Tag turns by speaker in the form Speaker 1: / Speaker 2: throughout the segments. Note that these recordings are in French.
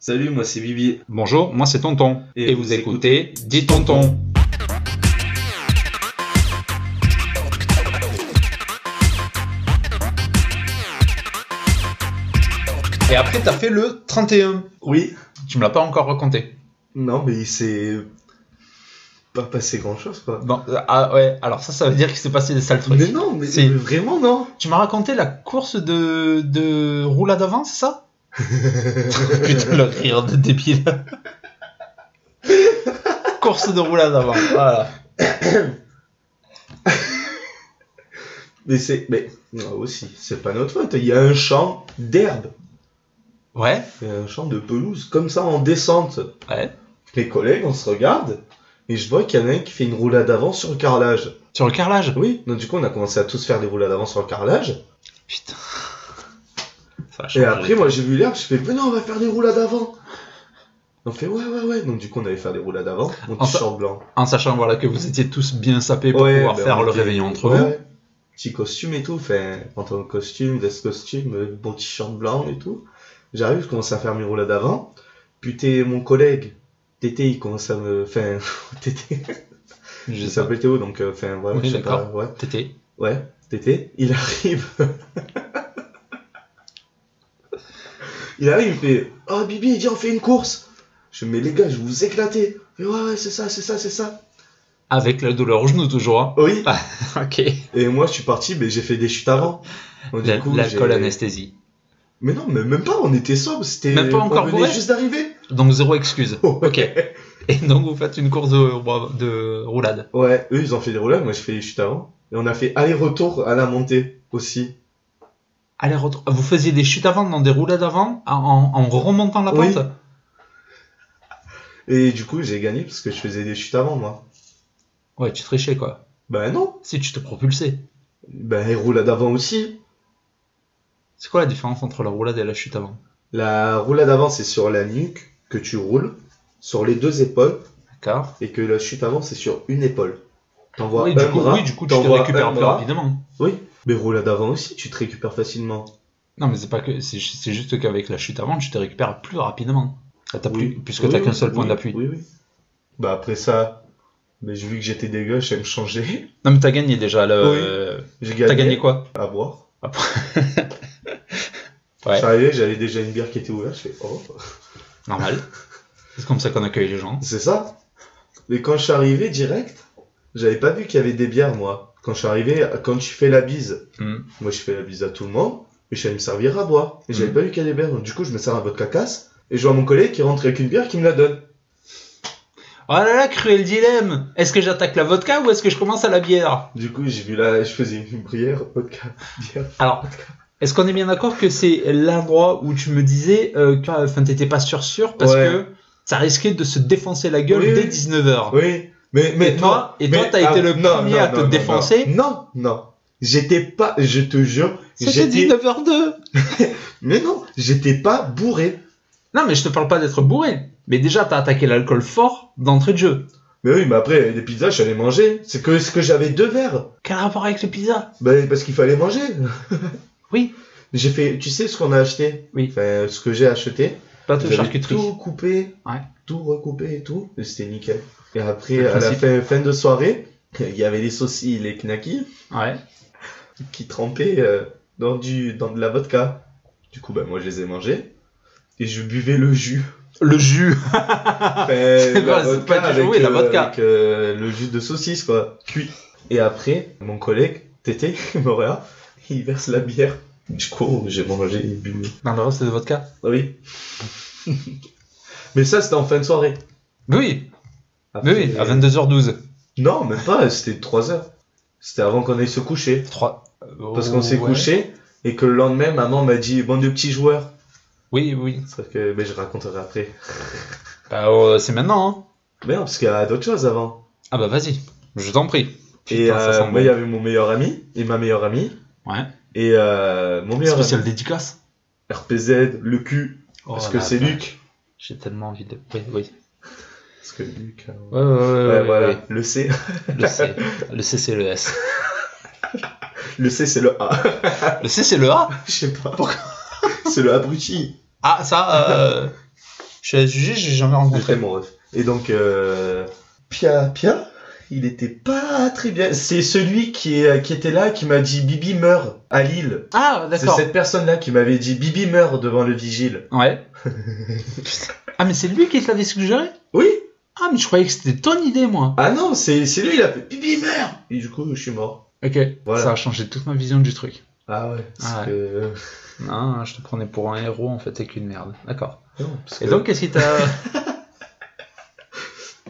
Speaker 1: Salut, moi c'est Bibi.
Speaker 2: Bonjour, moi c'est Tonton.
Speaker 1: Et
Speaker 2: Et,
Speaker 1: vous
Speaker 2: vous écoutez Dis Tonton. Et après, t'as fait le 31.
Speaker 1: Oui.
Speaker 2: Tu me l'as pas encore raconté.
Speaker 1: Non, mais il s'est pas passé grand chose quoi.
Speaker 2: Bon, euh, ah ouais, alors ça, ça veut dire qu'il s'est passé des sales trucs.
Speaker 1: Mais non, mais,
Speaker 2: Si.
Speaker 1: mais vraiment non.
Speaker 2: Tu m'as raconté la course de, de roulade avant, c'est ça Putain, le rire de débile. course de roulade avant, voilà.
Speaker 1: Mais c'est. Mais non, aussi, c'est pas notre faute. Il y a un champ d'herbe.
Speaker 2: Ouais,
Speaker 1: Il y a un champ de pelouse, comme ça en descente.
Speaker 2: Ouais.
Speaker 1: Les collègues, on se regarde. Et je vois qu'il y en a un qui fait une roulade avant sur le carrelage.
Speaker 2: sur le carrelage.
Speaker 1: Oui, donc du coup on a commencé à tous faire des roulades avant sur le carrelage.
Speaker 2: Putain. Ça va
Speaker 1: Et
Speaker 2: changer.
Speaker 1: après moi j'ai vu l'herbe, je fais, mais non on va faire des roulades avant. On fait ouais ouais ouais, donc du coup on allait faire des roulades avant, mon
Speaker 2: Enfin-
Speaker 1: t-shirt blanc.
Speaker 2: En sachant voilà, que vous étiez tous bien sapés pour
Speaker 1: Ouais,
Speaker 2: pouvoir
Speaker 1: ben,
Speaker 2: faire
Speaker 1: on
Speaker 2: le
Speaker 1: était-
Speaker 2: réveillon entre
Speaker 1: ouais,
Speaker 2: vous.
Speaker 1: ouais. Petit costume et tout, enfin, en tant que costume, veste costume, euh, bon t-shirt blanc et tout. J'arrive, je commence à faire mes roulades avant. Puis t'es mon collègue, Tété, il commence à me. Enfin, Tété,
Speaker 2: Je
Speaker 1: il
Speaker 2: sais
Speaker 1: s'appelle Théo, donc, euh, enfin, voilà,
Speaker 2: Oui,
Speaker 1: je sais pas, ouais,
Speaker 2: Tété.
Speaker 1: ouais, Tété, il arrive. il arrive, il fait Oh Bibi, viens, on fait une course Je fais, mais les gars, je vais vous éclater Mais ouais, ouais, c'est ça, c'est ça, c'est ça
Speaker 2: Avec la douleur au genou toujours. hein.
Speaker 1: Oui
Speaker 2: Ok.
Speaker 1: Et moi, je suis parti, mais j'ai fait des chutes avant. Donc, du
Speaker 2: La-
Speaker 1: coup,
Speaker 2: L'alcool
Speaker 1: j'ai-
Speaker 2: anesthésie.
Speaker 1: Mais non, mais même pas, on était sobre, c'était.
Speaker 2: Même pas encore
Speaker 1: on venait
Speaker 2: bourré
Speaker 1: juste d'arriver.
Speaker 2: Donc zéro excuse.
Speaker 1: Oh,
Speaker 2: Ok. Et donc vous faites une course de, de roulade.
Speaker 1: Ouais, eux, ils ont fait des roulades, moi, je fais des chutes avant. Et on a fait aller-retour à la montée aussi.
Speaker 2: Allez, retour. Vous faisiez des chutes avant dans des roulades avant en, en- en remontant la
Speaker 1: Oui.
Speaker 2: pente
Speaker 1: Et du coup, j'ai gagné parce que je faisais des chutes avant, moi.
Speaker 2: Ouais, tu trichais quoi.
Speaker 1: Ben non.
Speaker 2: Si tu te propulsais.
Speaker 1: Ben, les roulades avant aussi.
Speaker 2: C'est quoi la différence entre la roulade et la chute avant
Speaker 1: La roulade avant, c'est sur la nuque que tu roules, sur les deux épaules,
Speaker 2: D'accord.
Speaker 1: et que la chute avant, c'est sur une épaule. T'envoies
Speaker 2: Oui,
Speaker 1: un
Speaker 2: du coup,
Speaker 1: bras,
Speaker 2: oui, du coup, tu te
Speaker 1: t'envoies un
Speaker 2: récupères plus
Speaker 1: bras.
Speaker 2: rapidement.
Speaker 1: Mais roulade avant aussi, tu te récupères facilement.
Speaker 2: Non, mais c'est pas que c'est ju- c'est juste qu'avec la chute avant, tu te récupères plus rapidement. Ah, t'as
Speaker 1: Oui.
Speaker 2: plus- puisque
Speaker 1: Oui,
Speaker 2: t'as
Speaker 1: oui,
Speaker 2: qu'un seul
Speaker 1: oui,
Speaker 2: point d'appui.
Speaker 1: Oui, oui. Bah après ça, mais j'ai vu que j'étais dégueu, je vais me changer.
Speaker 2: Non, mais t'as gagné déjà. Le...
Speaker 1: J'ai
Speaker 2: T'as
Speaker 1: gagné,
Speaker 2: gagné quoi
Speaker 1: à boire.
Speaker 2: Ouais,
Speaker 1: J'arrivais, j'avais déjà une bière qui était ouverte, je fais oh,
Speaker 2: normal. C'est comme ça qu'on accueille les gens.
Speaker 1: c'est ça. Mais quand je suis arrivé direct, j'avais pas vu qu'il y avait des bières moi. Quand je suis arrivé, quand tu fais la bise,
Speaker 2: Hmm.
Speaker 1: moi je fais la bise à tout le monde, et je vais me servir à boire. Et j'avais
Speaker 2: Mm.
Speaker 1: pas vu qu'il y avait des bières, donc du coup je me sers un vodka casse, et je vois mon collègue qui rentre avec une bière qui me la donne.
Speaker 2: Oh là là, cruel dilemme Est-ce que j'attaque la vodka ou est-ce que je commence à la bière
Speaker 1: Du coup j'ai vu là, je faisais une prière, vodka, bière.
Speaker 2: Alors, est-ce qu'on est bien d'accord que c'est l'endroit où tu me disais euh, que enfin, t'étais pas sûr sûr parce
Speaker 1: Ouais.
Speaker 2: que ça risquait de se défoncer la gueule
Speaker 1: Oui,
Speaker 2: dès
Speaker 1: oui.
Speaker 2: 19h
Speaker 1: Oui, mais, mais
Speaker 2: Et toi, et toi,
Speaker 1: mais-
Speaker 2: t'as
Speaker 1: ah,
Speaker 2: été le
Speaker 1: non,
Speaker 2: premier
Speaker 1: non,
Speaker 2: à
Speaker 1: non,
Speaker 2: te
Speaker 1: non, non.
Speaker 2: défoncer.
Speaker 1: Non, non. J'étais pas, je te jure,
Speaker 2: C'était
Speaker 1: j'étais.
Speaker 2: 19h02
Speaker 1: Mais non, j'étais pas bourré.
Speaker 2: Non, mais je te parle pas d'être bourré. Mais déjà, t'as attaqué l'alcool fort d'entrée de jeu.
Speaker 1: Mais oui, mais après, les pizzas, je suis allé manger. C'est que, c'est que j'avais deux verres.
Speaker 2: Quel rapport avec les pizzas
Speaker 1: Ben, parce qu'il fallait manger.
Speaker 2: Oui.
Speaker 1: J'ai fait, tu sais ce qu'on a acheté
Speaker 2: Oui.
Speaker 1: Enfin, ce que j'ai acheté.
Speaker 2: Pas de
Speaker 1: J'avais
Speaker 2: charcuterie.
Speaker 1: Tout coupé.
Speaker 2: Ouais.
Speaker 1: Tout recoupé et tout. Et c'était nickel. Et après,
Speaker 2: Le
Speaker 1: à la
Speaker 2: principe.
Speaker 1: fin, fin de soirée, il y avait les saucis, les knackis,
Speaker 2: Ouais.
Speaker 1: qui trempaient euh, dans, du, dans de la vodka. Du coup, ben, moi, je les ai mangés. Et je buvais le jus.
Speaker 2: Le jus.
Speaker 1: Ben,
Speaker 2: C'est
Speaker 1: la
Speaker 2: pas- c'est
Speaker 1: vodka
Speaker 2: pas du
Speaker 1: avec,
Speaker 2: jouet, la
Speaker 1: euh,
Speaker 2: vodka.
Speaker 1: avec, euh, le jus de saucisse, quoi. Cuit. Et après, mon collègue, Tété, Moréa, il verse la bière. Du coup, j'ai mangé et bu.
Speaker 2: Non, le reste, c'est de vodka.
Speaker 1: Ah oui. Mais ça, c'était en fin de soirée.
Speaker 2: Oui,
Speaker 1: Après-
Speaker 2: oui, oui, à 22h12.
Speaker 1: Non, même pas, c'était 3 heures. C'était avant qu'on aille se coucher.
Speaker 2: 3.
Speaker 1: Parce qu'on s'est couché et que le lendemain, maman m'a dit Bande de petits joueurs.
Speaker 2: Oui, oui.
Speaker 1: Sauf que mais je raconterai après.
Speaker 2: Bah, euh, c'est maintenant. hein.
Speaker 1: Mais non, parce qu'il y a d'autres choses avant.
Speaker 2: Ah bah vas-y, je t'en prie.
Speaker 1: Et
Speaker 2: Putain, ça
Speaker 1: euh,
Speaker 2: sent
Speaker 1: moi,
Speaker 2: bon.
Speaker 1: il y avait mon meilleur ami et ma meilleure amie.
Speaker 2: Ouais.
Speaker 1: Et euh, mon meilleur
Speaker 2: Spécial dédicace.
Speaker 1: ami, RPZ, le cul,
Speaker 2: Oh
Speaker 1: parce
Speaker 2: la
Speaker 1: que c'est
Speaker 2: vache.
Speaker 1: Luc.
Speaker 2: J'ai tellement envie de. Oui, oui.
Speaker 1: Parce que Luc. euh,
Speaker 2: Ouais, ouais, ouais,
Speaker 1: ouais,
Speaker 2: ouais,
Speaker 1: voilà,
Speaker 2: ouais.
Speaker 1: le C.
Speaker 2: Le C. Le C, c'est le S.
Speaker 1: Le C, c'est le A.
Speaker 2: Le C, c'est le A
Speaker 1: Je sais pas. Pourquoi C'est le abruti.
Speaker 2: Ah, ça, euh, Je suis jugé, j'ai jamais
Speaker 1: C'était
Speaker 2: rencontré.
Speaker 1: mon ref. Et donc, euh, Pia, Pia, il était pas très bien. C'est celui qui, est- euh, qui était là qui m'a dit Bibi meurt à Lille.
Speaker 2: Ah,
Speaker 1: C'est
Speaker 2: d'accord.
Speaker 1: cette personne-là qui m'avait dit Bibi meurt devant le vigile.
Speaker 2: Ouais. ah, mais c'est lui qui te l'avait suggéré
Speaker 1: Oui
Speaker 2: Ah, mais je croyais que c'était ton idée, moi.
Speaker 1: Ah non, c'est c'est lui, il a fait Bibi meurt Et du coup, je suis mort.
Speaker 2: Ok,
Speaker 1: Voilà.
Speaker 2: ça a changé toute ma vision du truc.
Speaker 1: Ah ouais. Parce
Speaker 2: Ah ouais.
Speaker 1: que-
Speaker 2: Non, je te prenais pour un héros, en fait, t'es qu'une merde. D'accord.
Speaker 1: non, parce
Speaker 2: Et
Speaker 1: que-
Speaker 2: donc, qu'est-ce qui t'a...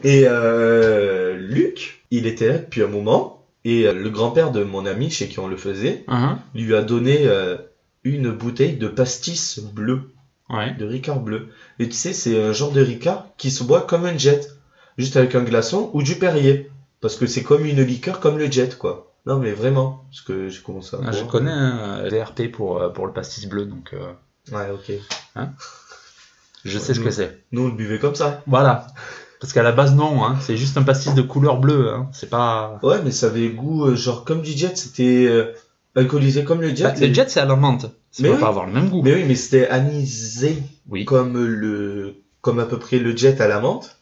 Speaker 1: Et euh, Luc, il était là depuis un moment. Et euh, le grand-père de mon ami, chez qui on le faisait,
Speaker 2: Hein,
Speaker 1: lui a donné euh, une bouteille de pastis bleu.
Speaker 2: hein. Ouais.
Speaker 1: de Ricard bleu. Et tu sais, c'est un genre de Ricard qui se boit comme un jet, juste avec un glaçon ou du Perrier, parce que c'est comme une liqueur comme le jet, quoi. Non, mais vraiment, parce que j'ai commencé à.
Speaker 2: Ah, je
Speaker 1: boire.
Speaker 2: connais un DRP pour, euh, pour le pastis bleu, donc euh,
Speaker 1: Ouais, ok.
Speaker 2: je sais ce que c'est.
Speaker 1: Nous, on le buvait comme ça.
Speaker 2: Voilà. Parce qu'à la base, non, hein, c'est juste un pastis de couleur bleue. Hein. C'est pas...
Speaker 1: Ouais, mais ça avait goût, euh, genre comme du jet, c'était euh, alcoolisé comme le jet.
Speaker 2: Bah,
Speaker 1: et-
Speaker 2: le jet, c'est à la menthe. Ça
Speaker 1: Mais
Speaker 2: peut
Speaker 1: oui.
Speaker 2: pas avoir le même goût.
Speaker 1: Mais oui, mais c'était anisé
Speaker 2: Oui.
Speaker 1: comme le, comme à peu près le jet à la menthe.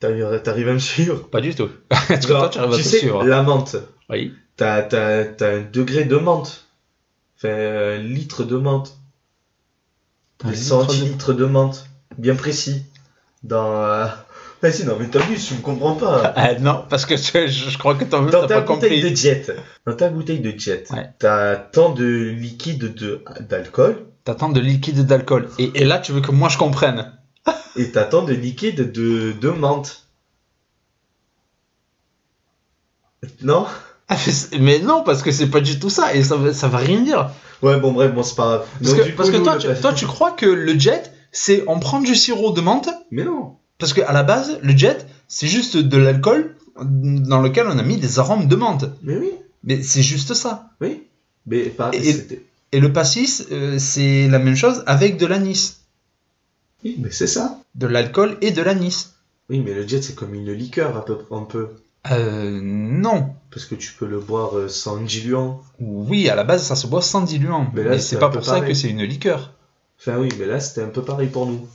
Speaker 1: T'arrives t'arrives à me suivre
Speaker 2: Pas du tout. Est-ce Ah, que toi, tu arrives à
Speaker 1: tu
Speaker 2: te
Speaker 1: sais,
Speaker 2: suivre
Speaker 1: la menthe.
Speaker 2: Oui.
Speaker 1: T'as, t'as, t'as un degré de menthe. Enfin, un litre de menthe.
Speaker 2: T'as un
Speaker 1: Des
Speaker 2: litre
Speaker 1: centilitres de... menthe. Bien précis. Dans. euh, Enfin, si, non, mais t'abuses, tu me comprends pas.
Speaker 2: Ah, non, parce que je, je- je crois que ton
Speaker 1: Dans
Speaker 2: t'as
Speaker 1: ta
Speaker 2: pas
Speaker 1: bouteille
Speaker 2: compris.
Speaker 1: de jet. Dans ta bouteille de jet.
Speaker 2: Ouais.
Speaker 1: T'as tant de liquide de, d'alcool.
Speaker 2: T'attends de liquide d'alcool. Et, et là, tu veux que moi je comprenne.
Speaker 1: Et t'as tant de liquide de, de menthe. Non?
Speaker 2: Ah, mais c'est- Mais non, parce que c'est pas du tout ça. Et ça, va- ça va rien dire.
Speaker 1: Ouais, bon, bref, bon, c'est pas grave.
Speaker 2: Parce
Speaker 1: Donc,
Speaker 2: que,
Speaker 1: du
Speaker 2: parce
Speaker 1: coup,
Speaker 2: que
Speaker 1: nous,
Speaker 2: toi,
Speaker 1: le
Speaker 2: tu,
Speaker 1: plastique-
Speaker 2: toi, tu crois que le jet, c'est on prend du sirop de menthe.
Speaker 1: Mais non!
Speaker 2: Parce qu'à la base, le jet, c'est juste de l'alcool dans lequel on a mis des arômes de menthe.
Speaker 1: Mais oui!
Speaker 2: Mais c'est juste ça.
Speaker 1: Oui! Mais pas.
Speaker 2: Et-
Speaker 1: c'était-
Speaker 2: Et le pastis, euh, c'est la même chose avec de l'anis.
Speaker 1: Oui, mais c'est ça!
Speaker 2: De l'alcool et de l'anis.
Speaker 1: Oui, mais le jet, c'est comme une liqueur, à peu près, un peu.
Speaker 2: Euh, non.
Speaker 1: Parce que tu peux le boire euh, sans diluant.
Speaker 2: Oui, à la base, ça se boit sans diluant.
Speaker 1: Mais
Speaker 2: Mais,
Speaker 1: là, c'est
Speaker 2: c'est
Speaker 1: un
Speaker 2: pas
Speaker 1: peu
Speaker 2: pour ça
Speaker 1: pareil.
Speaker 2: que c'est une liqueur.
Speaker 1: Enfin, oui, mais là, c'était un peu pareil pour nous.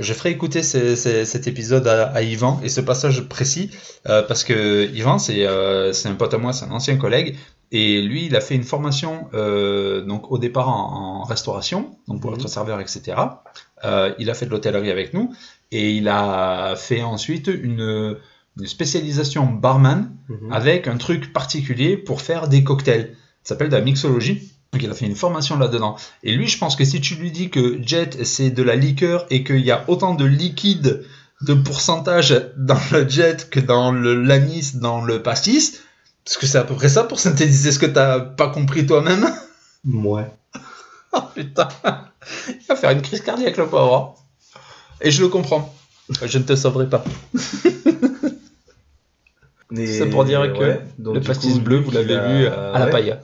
Speaker 2: Je ferai écouter ce- ce- cet épisode à, à Yvan et ce passage précis euh, parce que Yvan, c'est euh, c'est un pote à moi, c'est un ancien collègue. Et lui, il a fait une formation euh, donc au départ en, en restauration, donc pour
Speaker 1: Mhm.
Speaker 2: être serveur, etc. Euh, il a fait de l'hôtellerie avec nous et il a fait ensuite une, une spécialisation barman
Speaker 1: Ah.
Speaker 2: avec un truc particulier pour faire des cocktails. Ça s'appelle de la mixologie. Donc il a fait une formation là-dedans. Et lui, je pense que si tu lui dis que jet c'est de la liqueur et qu'il y a autant de liquide de pourcentage dans le jet que dans le l'anis, dans le pastis, parce que c'est à peu près ça pour synthétiser ce que t'as pas compris toi-même.
Speaker 1: Ouais.
Speaker 2: Oh putain, il va faire une crise cardiaque le pauvre. hein. Et je le comprends. Je ne te sauverai pas. C'est pour dire que le pastis bleu, vous l'avez vu à la paille,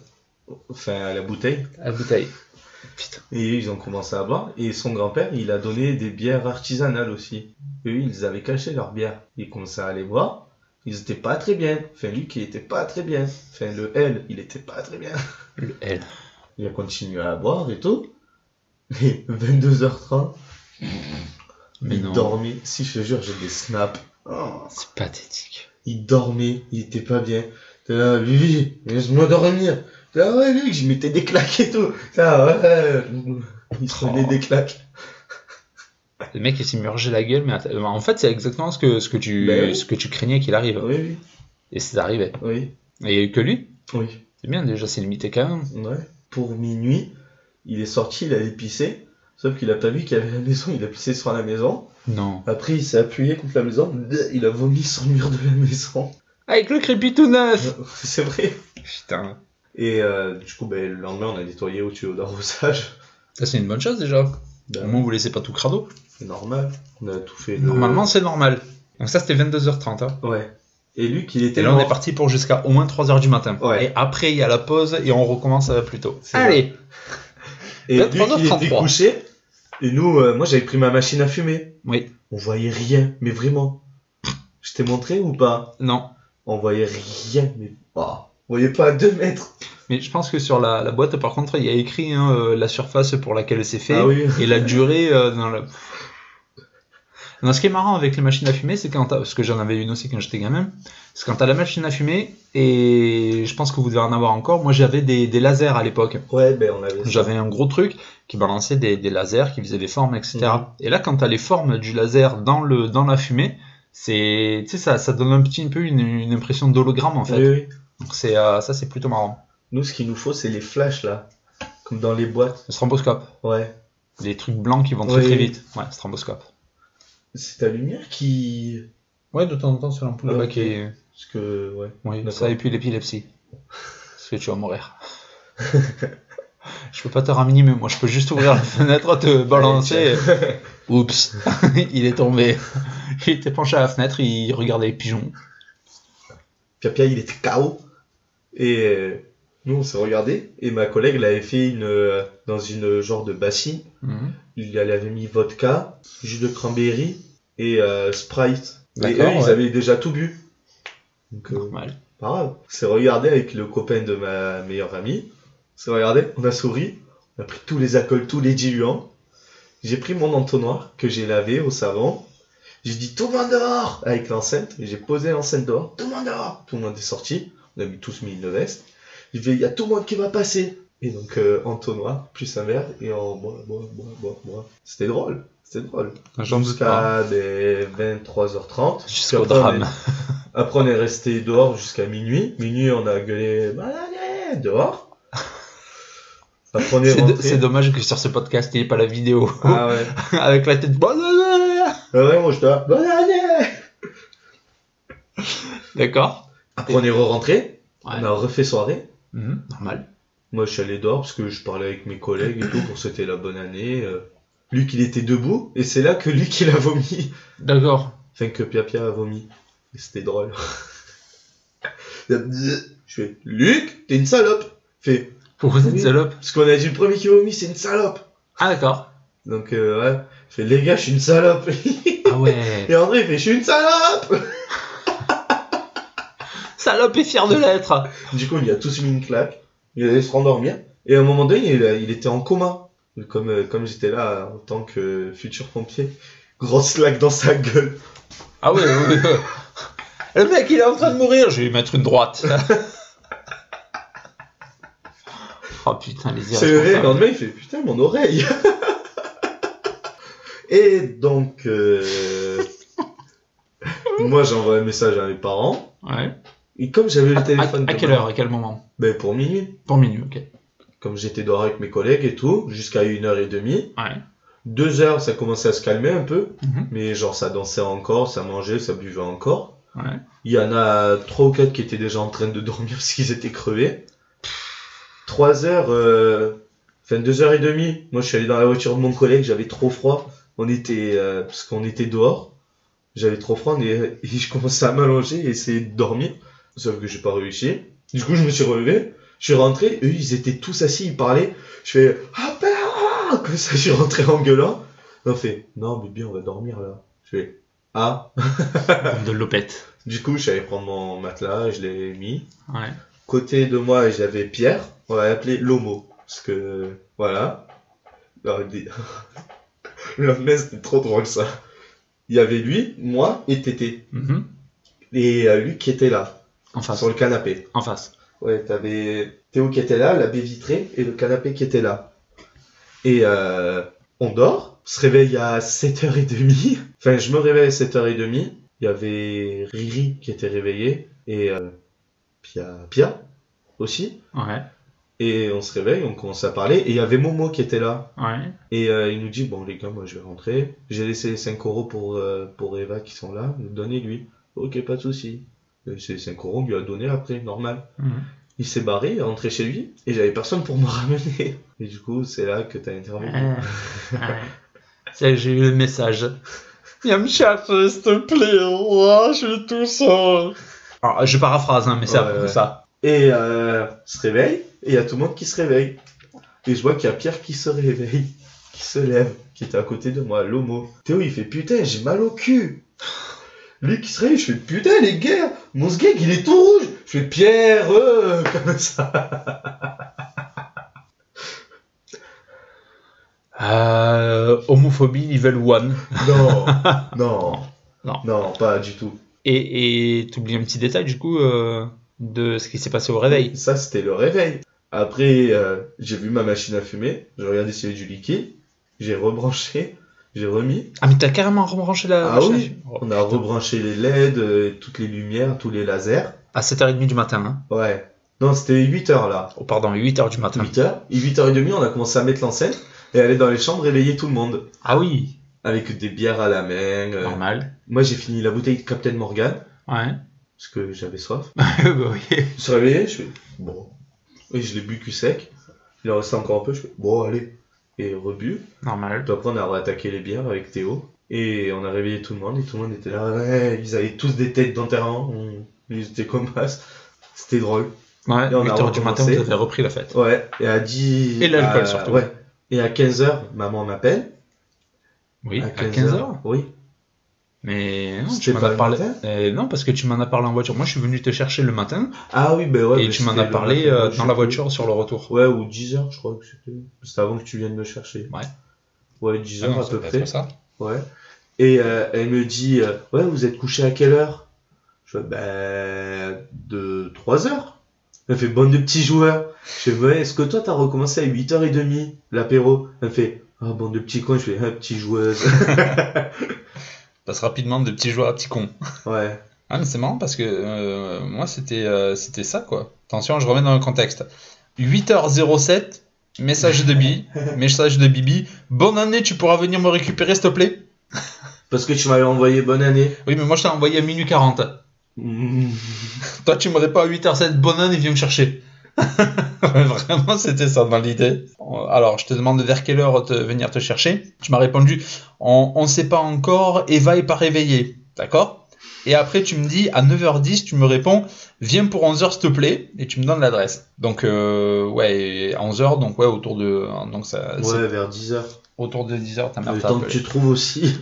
Speaker 1: Enfin, à la bouteille.
Speaker 2: à la bouteille. Putain.
Speaker 1: Et ils ont commencé à boire. Et son grand-père, il a donné des bières artisanales aussi. Eux, ils avaient caché leurs bières. Ils commençaient à les boire. Ils étaient pas très bien. Enfin, Luc, il était pas très bien. Enfin, le L, il était pas très bien.
Speaker 2: Le L.
Speaker 1: Il a continué à boire et tout. Et 22h30,
Speaker 2: Mais
Speaker 1: il
Speaker 2: non,
Speaker 1: dormait. Si je te jure, j'ai des snaps. Oh.
Speaker 2: c'est pathétique.
Speaker 1: Il dormait, il était pas bien. T'es là, Vivi, laisse-moi dormir. T'es là, ouais, Luc, je mettais des claques et tout. Ça, ouais. Il se prenait
Speaker 2: Oh.
Speaker 1: des claques.
Speaker 2: Le mec, il s'immergeait la gueule, mais att- euh, en fait, c'est exactement ce que, ce, que tu,
Speaker 1: Ben oui.
Speaker 2: ce que tu craignais qu'il arrive.
Speaker 1: Oui, oui,
Speaker 2: Et c'est arrivé.
Speaker 1: oui,
Speaker 2: Et que lui,
Speaker 1: oui.
Speaker 2: c'est bien déjà, c'est limité quand même.
Speaker 1: Ouais. Pour minuit, il est sorti, il allait pisser. Sauf qu'il a pas vu qu'il y avait la maison, il a pissé sur la maison.
Speaker 2: Non.
Speaker 1: Après, il s'est appuyé contre la maison, il a vomi sur le mur de la maison.
Speaker 2: Avec le crépi tout neuf
Speaker 1: C'est vrai.
Speaker 2: Putain.
Speaker 1: Et euh, du coup, ben, le lendemain, on a nettoyé au tuyau d'arrosage.
Speaker 2: Ça, c'est une bonne chose déjà. Au
Speaker 1: Ben,
Speaker 2: moins, vous laissez pas tout crado.
Speaker 1: c'est normal. On a tout fait. le-
Speaker 2: Normalement, c'est normal. Donc, ça, c'était 22h30. hein.
Speaker 1: Ouais. Et Luc, il était
Speaker 2: Et là, on
Speaker 1: mort.
Speaker 2: est parti pour jusqu'à au moins 3h du matin.
Speaker 1: Ouais.
Speaker 2: Et après, il y a la pause et on recommence euh, plus tôt.
Speaker 1: C'est
Speaker 2: Allez
Speaker 1: Et
Speaker 2: Peut-être
Speaker 1: Luc, il
Speaker 2: 3h33.
Speaker 1: était couché. Et nous, euh, moi, j'avais pris ma machine à fumer.
Speaker 2: Oui.
Speaker 1: On voyait rien, mais vraiment. Je t'ai montré ou pas
Speaker 2: Non.
Speaker 1: On voyait rien, mais. Oh, on voyait pas à 2 mètres.
Speaker 2: Mais je pense que sur la, la boîte, par contre, il y a écrit hein, euh, la surface pour laquelle c'est fait.
Speaker 1: Ah oui.
Speaker 2: et la durée euh, dans la... Non, ce qui est marrant avec les machines à fumer, c'est quand t'as- parce que j'en avais une aussi quand j'étais gamin, c'est quand t'as la machine à fumer et je pense que vous devez en avoir encore. Moi, j'avais des, des lasers à l'époque.
Speaker 1: Ouais, ben on avait.
Speaker 2: J'avais un gros truc qui balançait des, des lasers, qui faisait des formes, etc.
Speaker 1: Mhm.
Speaker 2: Et là, quand t'as les formes du laser dans le dans la fumée, c'est tu sais ça, ça donne un petit peu une, une impression d'hologramme en fait.
Speaker 1: Oui, oui.
Speaker 2: Donc c'est euh, ça, c'est plutôt marrant.
Speaker 1: Nous, ce qu'il nous faut, c'est les flashs là, comme dans les boîtes.
Speaker 2: Le stroboscope,
Speaker 1: Ouais.
Speaker 2: les trucs blancs qui vont très
Speaker 1: Oui.
Speaker 2: très vite. Ouais, stroboscope.
Speaker 1: C'est ta lumière qui.
Speaker 2: Ouais, de temps en temps, c'est l'ampoule
Speaker 1: Ah,
Speaker 2: là-bas
Speaker 1: ok.
Speaker 2: qui est-
Speaker 1: Parce que ouais.
Speaker 2: Oui,
Speaker 1: D'accord.
Speaker 2: ça et puis l'épilepsie. Parce que tu vas mourir. je peux pas te ramener, mais moi je peux juste ouvrir la fenêtre, te balancer. Oups, il est tombé. Il était penché à la fenêtre, il regardait les pigeons.
Speaker 1: Pia-Pia, il était KO. Et euh, nous, on s'est regardé. Et ma collègue l'avait fait une, euh, dans une genre de bassine.
Speaker 2: Mhm.
Speaker 1: Il elle avait mis vodka, jus de cranberry et euh, Sprite. Et eux,
Speaker 2: D'accord, ouais.
Speaker 1: ils avaient déjà tout bu. Donc, euh,
Speaker 2: Normal.
Speaker 1: pas grave. On s'est regardé avec le copain de ma meilleure amie. On s'est regardé, on a souri. On a pris tous les alcools, tous les diluants. J'ai pris mon entonnoir que j'ai lavé au savon. J'ai dit tout le monde dehors avec l'enceinte. J'ai posé l'enceinte dehors. Tout le monde dehors. Tout le monde est sorti. On a mis- tous mis une veste. J'ai dit il y a tout le monde qui va passer. Et donc euh, entonnoir plus un verre et en bois, bois, bois, bois, bois. C'était drôle. C'était drôle.
Speaker 2: Bah, J'en doute pas.
Speaker 1: Jusqu'à des 23h30.
Speaker 2: Jusqu'au
Speaker 1: Après, on est-
Speaker 2: drame.
Speaker 1: après, on est resté dehors jusqu'à minuit. Minuit, on a gueulé Bah, allez, dehors. Après, on est
Speaker 2: C'est do-
Speaker 1: rentré.
Speaker 2: c'est dommage que sur ce podcast, il n'y ait pas la vidéo.
Speaker 1: Ah ouais.
Speaker 2: Avec la tête.
Speaker 1: Ah ouais, moi, je dois. Bonne année
Speaker 2: D'accord
Speaker 1: Après, on est re-rentré.
Speaker 2: Ouais.
Speaker 1: On a refait soirée.
Speaker 2: Mhm, Normal.
Speaker 1: Moi, je suis allé dehors parce que je parlais avec mes collègues et tout pour souhaiter la bonne année. euh. Luc, il était debout et c'est là que Luc, il a vomi.
Speaker 2: D'accord.
Speaker 1: Enfin, que Pia Pia a vomi. Et C'était drôle. je fais Luc, t'es une salope. Il Fait,
Speaker 2: Pourquoi cette
Speaker 1: Oui.
Speaker 2: salope
Speaker 1: parce qu'on a dit le premier qui vomit, c'est une salope.
Speaker 2: Ah, d'accord.
Speaker 1: Donc euh, ouais, je fais les gars, je suis une salope.
Speaker 2: Ah ouais.
Speaker 1: Et André il fait je suis une salope.
Speaker 2: Salope est fier de l'être.
Speaker 1: Du coup, il a tous mis une claque. Il allait se rendormir. Et à un moment donné, il, il était en coma. Comme euh, comme j'étais là en tant que futur pompier, grosse claque dans sa gueule.
Speaker 2: Ah ouais, ouais, ouais. Le mec, il est en train de mourir, je vais lui mettre une droite. oh putain, les
Speaker 1: C'est vrai. Le
Speaker 2: irresponsables.
Speaker 1: lendemain, il fait putain mon oreille. Et donc euh, moi, j'envoie un message à mes parents.
Speaker 2: Ouais.
Speaker 1: Et comme j'avais
Speaker 2: À,
Speaker 1: le téléphone,
Speaker 2: à- à
Speaker 1: de
Speaker 2: quelle
Speaker 1: ma-
Speaker 2: heure, à quel moment
Speaker 1: Ben pour minuit.
Speaker 2: Pour minuit, ok.
Speaker 1: comme j'étais dehors avec mes collègues et tout, jusqu'à 1h30.
Speaker 2: Ouais.
Speaker 1: 2h, ça commençait à se calmer un peu,
Speaker 2: Mhm.
Speaker 1: mais genre ça dansait encore, ça mangeait, ça buvait encore.
Speaker 2: Ouais.
Speaker 1: Il y en a 3 ou 4 qui étaient déjà en train de dormir parce qu'ils étaient crevés. 3h, euh... enfin 2h30, moi je suis allé dans la voiture de mon collègue, j'avais trop froid, on était, euh, parce qu'on était dehors, j'avais trop froid on est- et je commençais à m'allonger et essayer de dormir, sauf que j'ai pas réussi. Du coup je me suis relevé, je suis rentré, eux ils étaient tous assis, ils parlaient, je fais ah ben, ah comme ça je suis rentré en gueulant. On fait non mais bien on va dormir là. Je fais ah.
Speaker 2: Comme de l'opette.
Speaker 1: Du coup je suis allé prendre mon matelas, je l'ai mis.
Speaker 2: Ouais.
Speaker 1: Côté de moi j'avais Pierre, on va l'appeler Lomo parce que voilà. Alors, il dit- Le lendemain c'était trop drôle ça. Il y avait lui, moi et Tété
Speaker 2: Mhm.
Speaker 1: et euh, Luc qui était là
Speaker 2: En face.
Speaker 1: sur le canapé.
Speaker 2: En face.
Speaker 1: Ouais, t'avais Théo qui était là, la baie vitrée et le canapé qui était là. Et euh, on dort, on se réveille à 7h30. Enfin, je me réveille à 7h30. Il y avait Riri qui était réveillée et euh, Pia, Pia aussi.
Speaker 2: Ouais.
Speaker 1: Et on se réveille, on commence à parler. Et il y avait Momo qui était là.
Speaker 2: Ouais.
Speaker 1: Et euh, il nous dit Bon, les gars, moi je vais rentrer. J'ai laissé les 5 euros pour, euh, pour Eva qui sont là. Donnez-lui. Ok, pas de souci. Et Ces 5 euros, on lui a donné après, normal.
Speaker 2: Mhm.
Speaker 1: Il s'est barré, il est rentré chez lui, et j'avais personne pour me ramener. Et du coup, c'est là que t'as intervenu.
Speaker 2: Ouais. Ouais. C'est- J'ai eu le message. Viens me chercher, s'il te plaît. Oh, je suis tout seul. Alors, je paraphrase, hein, mais c'est
Speaker 1: Ouais,
Speaker 2: à peu près
Speaker 1: ouais.
Speaker 2: ça.
Speaker 1: Et euh, se réveille, et il y a tout le monde qui se réveille. Et je vois qu'il y a Pierre qui se réveille, qui se lève, qui était à côté de moi, l'homo. Théo, il fait putain, j'ai mal au cul. Lui qui se réveille, je fais putain, les gars, mon sgeg, il est tout rouge. Je fais Pierre, euh, comme ça.
Speaker 2: Euh, euh, homophobie level 1.
Speaker 1: Non, non,
Speaker 2: Non.
Speaker 1: non, pas du tout.
Speaker 2: Et tu oublies un petit détail du coup euh, de ce qui s'est passé au réveil.
Speaker 1: Ça, c'était le réveil. Après, euh, j'ai vu ma machine à fumer, j'ai regardé s'il y avait du liquide, j'ai rebranché, j'ai remis.
Speaker 2: Ah mais t'as carrément rebranché la
Speaker 1: Ah
Speaker 2: machine à
Speaker 1: oui.
Speaker 2: fumer. Oh.
Speaker 1: On a rebranché les LED, euh, toutes les lumières, tous les lasers.
Speaker 2: À 7h30 du matin. Hein.
Speaker 1: Ouais. Non, c'était 8 heures là.
Speaker 2: Oh pardon, 8h du matin.
Speaker 1: 8 heures. Et 8h30, on a commencé à mettre l'enseigne et aller dans les chambres réveiller tout le monde.
Speaker 2: Ah oui,
Speaker 1: Avec des bières à la main. euh.
Speaker 2: normal.
Speaker 1: Moi, j'ai fini la bouteille de Captain Morgan,
Speaker 2: Ouais.
Speaker 1: parce que j'avais soif.
Speaker 2: Bah oui.
Speaker 1: Je me suis réveillé, je fais bon. Et je l'ai bu cul sec. Il en restait encore un peu, je fais bon, allez. Et rebu.
Speaker 2: normal.
Speaker 1: Puis après, on a réattaqué les bières avec Théo. Et on a réveillé tout le monde, et tout le monde était là. Ouais, ils avaient tous des têtes d'enterrement. on- Ils étaient comme as. C'était drôle.
Speaker 2: Ouais,
Speaker 1: Et on a
Speaker 2: 8h du matin,
Speaker 1: recommencé.
Speaker 2: vous avez repris la fête.
Speaker 1: Ouais, et à 10.
Speaker 2: Et l'alcool,
Speaker 1: à-
Speaker 2: surtout.
Speaker 1: Ouais. Et à 15h, maman m'appelle.
Speaker 2: Oui, à 15h.
Speaker 1: Oui.
Speaker 2: Mais non,
Speaker 1: C'était
Speaker 2: tu m'en
Speaker 1: pas
Speaker 2: as
Speaker 1: le
Speaker 2: parlé.
Speaker 1: matin
Speaker 2: Euh, non, parce que tu m'en as parlé en voiture. Moi, je suis venu te chercher le matin
Speaker 1: Ah oui, ben ouais.
Speaker 2: et
Speaker 1: mais
Speaker 2: tu m'en
Speaker 1: c'était
Speaker 2: as
Speaker 1: le
Speaker 2: parlé
Speaker 1: matin,
Speaker 2: euh,
Speaker 1: je
Speaker 2: dans
Speaker 1: sais
Speaker 2: la
Speaker 1: plus.
Speaker 2: voiture sur le retour.
Speaker 1: Ouais, ou 10h, je crois que c'était. C'était avant que tu viennes me chercher.
Speaker 2: Ouais.
Speaker 1: Ouais, 10h
Speaker 2: Ah non,
Speaker 1: à
Speaker 2: ça
Speaker 1: peu
Speaker 2: peut
Speaker 1: près.
Speaker 2: être ça.
Speaker 1: Ouais. Et euh, elle me dit euh, Ouais, vous êtes couché à quelle heure Je fais Ben. De 3h. Elle fait Bande de petits joueurs. Je fais Ouais, est-ce que toi t'as recommencé à 8h30 l'apéro Elle fait Ah, bande de petits cons. Je fais Ah, petite joueuse.
Speaker 2: Passe rapidement de petit joueur à petit con.
Speaker 1: ouais.
Speaker 2: Ah, mais c'est marrant parce que euh, moi, c'était euh, c'était ça, quoi. Attention, je remets dans le contexte. 8h07, message de Bibi, message de Bibi. Bonne année, tu pourras venir me récupérer, s'il te plaît.
Speaker 1: Parce que tu m'avais envoyé bonne année.
Speaker 2: Oui, mais moi, je t'ai envoyé à minuit 40.
Speaker 1: Mm.
Speaker 2: Toi, tu m'aurais pas à 8h07, bonne année, viens me chercher. Ouais, Vraiment, c'était ça dans l'idée. Alors, je te demande vers quelle heure te, venir te chercher. Tu m'as répondu, on ne sait pas encore, Eva est pas réveillée. D'accord Et après, tu me dis, à 9h10, tu me réponds, viens pour 11h, s'il te plaît, et tu me donnes l'adresse. Donc, euh, ouais, 11h, donc ouais, autour de, donc ça, c'est
Speaker 1: Ouais, vers 10h.
Speaker 2: autour de 10h, ta mère
Speaker 1: Le
Speaker 2: t'a
Speaker 1: temps que
Speaker 2: appelé.
Speaker 1: tu trouves aussi.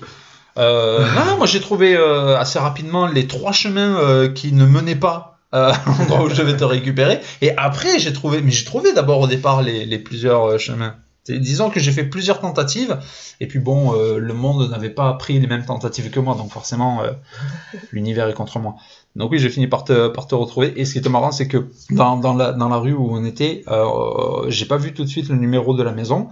Speaker 2: Euh, non, non, moi j'ai trouvé euh, assez rapidement les trois chemins euh, qui ne menaient pas euh, à l'endroit où je vais te récupérer. Et après, j'ai trouvé, mais j'ai trouvé d'abord au départ les, les plusieurs euh, chemins. C'est- Disons que j'ai fait plusieurs tentatives, et puis bon, euh, le monde n'avait pas pris les mêmes tentatives que moi, donc forcément, euh, l'univers est contre moi. Donc oui, j'ai fini par te, par te retrouver, et ce qui était marrant, c'est que dans, dans, la, dans la rue où on était, euh, j'ai pas vu tout de suite le numéro de la maison,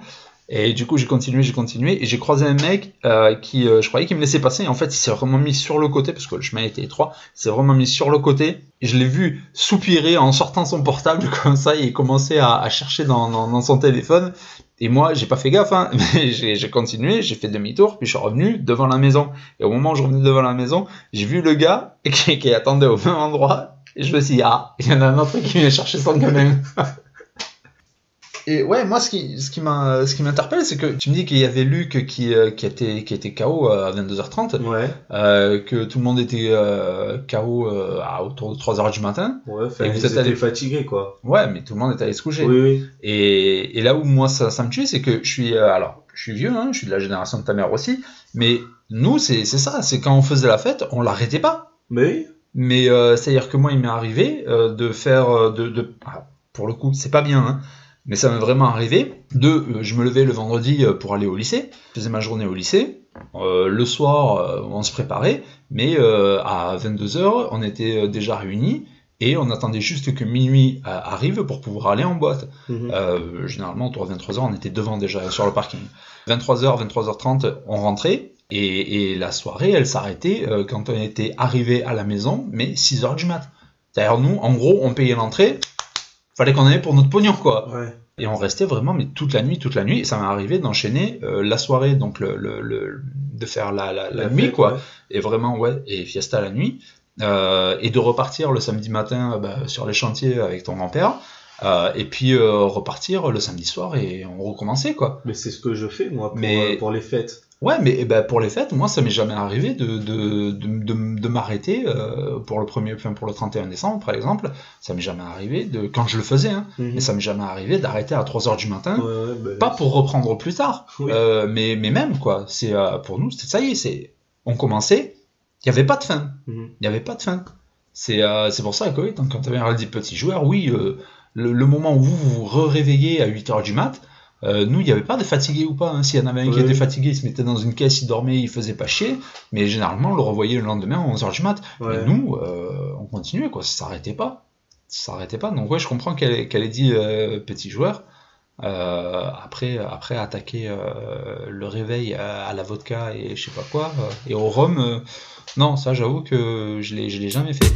Speaker 2: et du coup, j'ai continué, j'ai continué, et j'ai croisé un mec euh, qui, euh, je croyais qu'il me laissait passer, et en fait, il s'est vraiment mis sur le côté, parce que le chemin était étroit, il s'est vraiment mis sur le côté, et je l'ai vu soupirer en sortant son portable comme ça, et commencer à, à chercher dans, dans- dans son téléphone, et moi, j'ai pas fait gaffe, hein, mais j'ai j'ai continué, j'ai fait demi-tour, puis je suis revenu devant la maison, et au moment où je revenais devant la maison, j'ai vu le gars qui, qui attendait au même endroit, et je me suis dit, ah, il y en a un autre qui vient chercher son gamin. Et ouais, moi, ce qui, ce qui m'a- ce qui m'interpelle, c'est que tu me dis qu'il y avait Luc qui, euh, qui, était, qui était KO à 22h30,
Speaker 1: Ouais,
Speaker 2: euh, que tout le monde était euh, KO euh, à autour de 3h du matin.
Speaker 1: ouais,
Speaker 2: Et
Speaker 1: enfin,
Speaker 2: vous
Speaker 1: vous
Speaker 2: êtes allé-
Speaker 1: fatigué, quoi.
Speaker 2: Ouais, mais tout le monde est allé se coucher.
Speaker 1: Oui, oui.
Speaker 2: Et, et là où moi ça, ça me tue, c'est que je suis euh, alors je suis vieux, hein, je suis de la génération de ta mère aussi, mais nous c'est c'est ça, c'est quand on faisait la fête, on l'arrêtait pas.
Speaker 1: Mais
Speaker 2: Mais euh, c'est-à-dire que moi, il m'est arrivé euh, de faire, euh, de, de- ah, pour le coup, c'est pas bien, hein, mais ça m'est vraiment arrivé. De, euh, je me levais le vendredi euh, pour aller au lycée, je faisais ma journée au lycée. Euh, le soir, euh, on se préparait, mais euh, à 22h, on était euh, déjà réunis et on attendait juste que minuit euh, arrive pour pouvoir aller en boîte.
Speaker 1: Mhm.
Speaker 2: Euh, généralement, autour de 23h, on était devant déjà sur le parking. 23h, 23h30, on rentrait. Et, et la soirée, elle s'arrêtait euh, quand on était arrivé à la maison, mais 6h du mat. D'ailleurs, nous, en gros, on payait l'entrée. Fallait qu'on aille pour notre pognon, quoi.
Speaker 1: ouais.
Speaker 2: Et on restait vraiment, mais toute la nuit, toute la nuit. Et ça m'est arrivé d'enchaîner euh, la soirée, donc le, le- le- de faire la, la, la nuit,
Speaker 1: fête,
Speaker 2: quoi
Speaker 1: ouais.
Speaker 2: et vraiment ouais et fiesta la nuit Euh, et de repartir le samedi matin euh, bah, sur les chantiers avec ton grand-père Euh, et puis euh, repartir le samedi soir et on recommençait quoi
Speaker 1: Mais c'est ce que je fais, moi, pour,
Speaker 2: Mais-
Speaker 1: euh, pour les fêtes.
Speaker 2: ouais mais eh ben, pour les fêtes moi ça m'est jamais arrivé de, de, de, de- de m'arrêter euh, pour le premier enfin, pour le 31 décembre par exemple ça m'est jamais arrivé de quand je le faisais hein,
Speaker 1: Mm-hmm.
Speaker 2: mais ça m'est jamais arrivé d'arrêter à 3h du matin
Speaker 1: Mmh. Ouais, ouais, ben,
Speaker 2: Hein pas pour reprendre plus tard,
Speaker 1: Oui.
Speaker 2: euh, mais, mais même quoi. C'est euh, pour nous, c'est ça y est, c'est on commençait, il n'y avait pas de fin, il
Speaker 1: Mhm.
Speaker 2: n'y avait pas de fin. C'est euh, c'est pour ça que oui, quand tu avais un petit petit joueur, oui, euh, le, le moment où vous vous réveillez à 8h du mat, Euh, nous, il n'y avait pas de fatigués ou pas. hein. S'il y en avait un qui
Speaker 1: Ouais.
Speaker 2: était fatigué, il se mettait dans une caisse, il dormait, il faisait pas chier. Mais généralement, on le revoyait le lendemain à 11h du mat.
Speaker 1: Ouais.
Speaker 2: Mais nous, euh, on continuait, quoi. Ça s'arrêtait pas. Ça s'arrêtait pas. Donc, ouais, je comprends qu'elle ait, qu'elle ait dit euh, petit joueur. Euh, après, après attaquer euh, le réveil à, à la vodka et je sais pas quoi, euh, et au rhum, euh, non, ça j'avoue que je l'ai je l'ai jamais fait.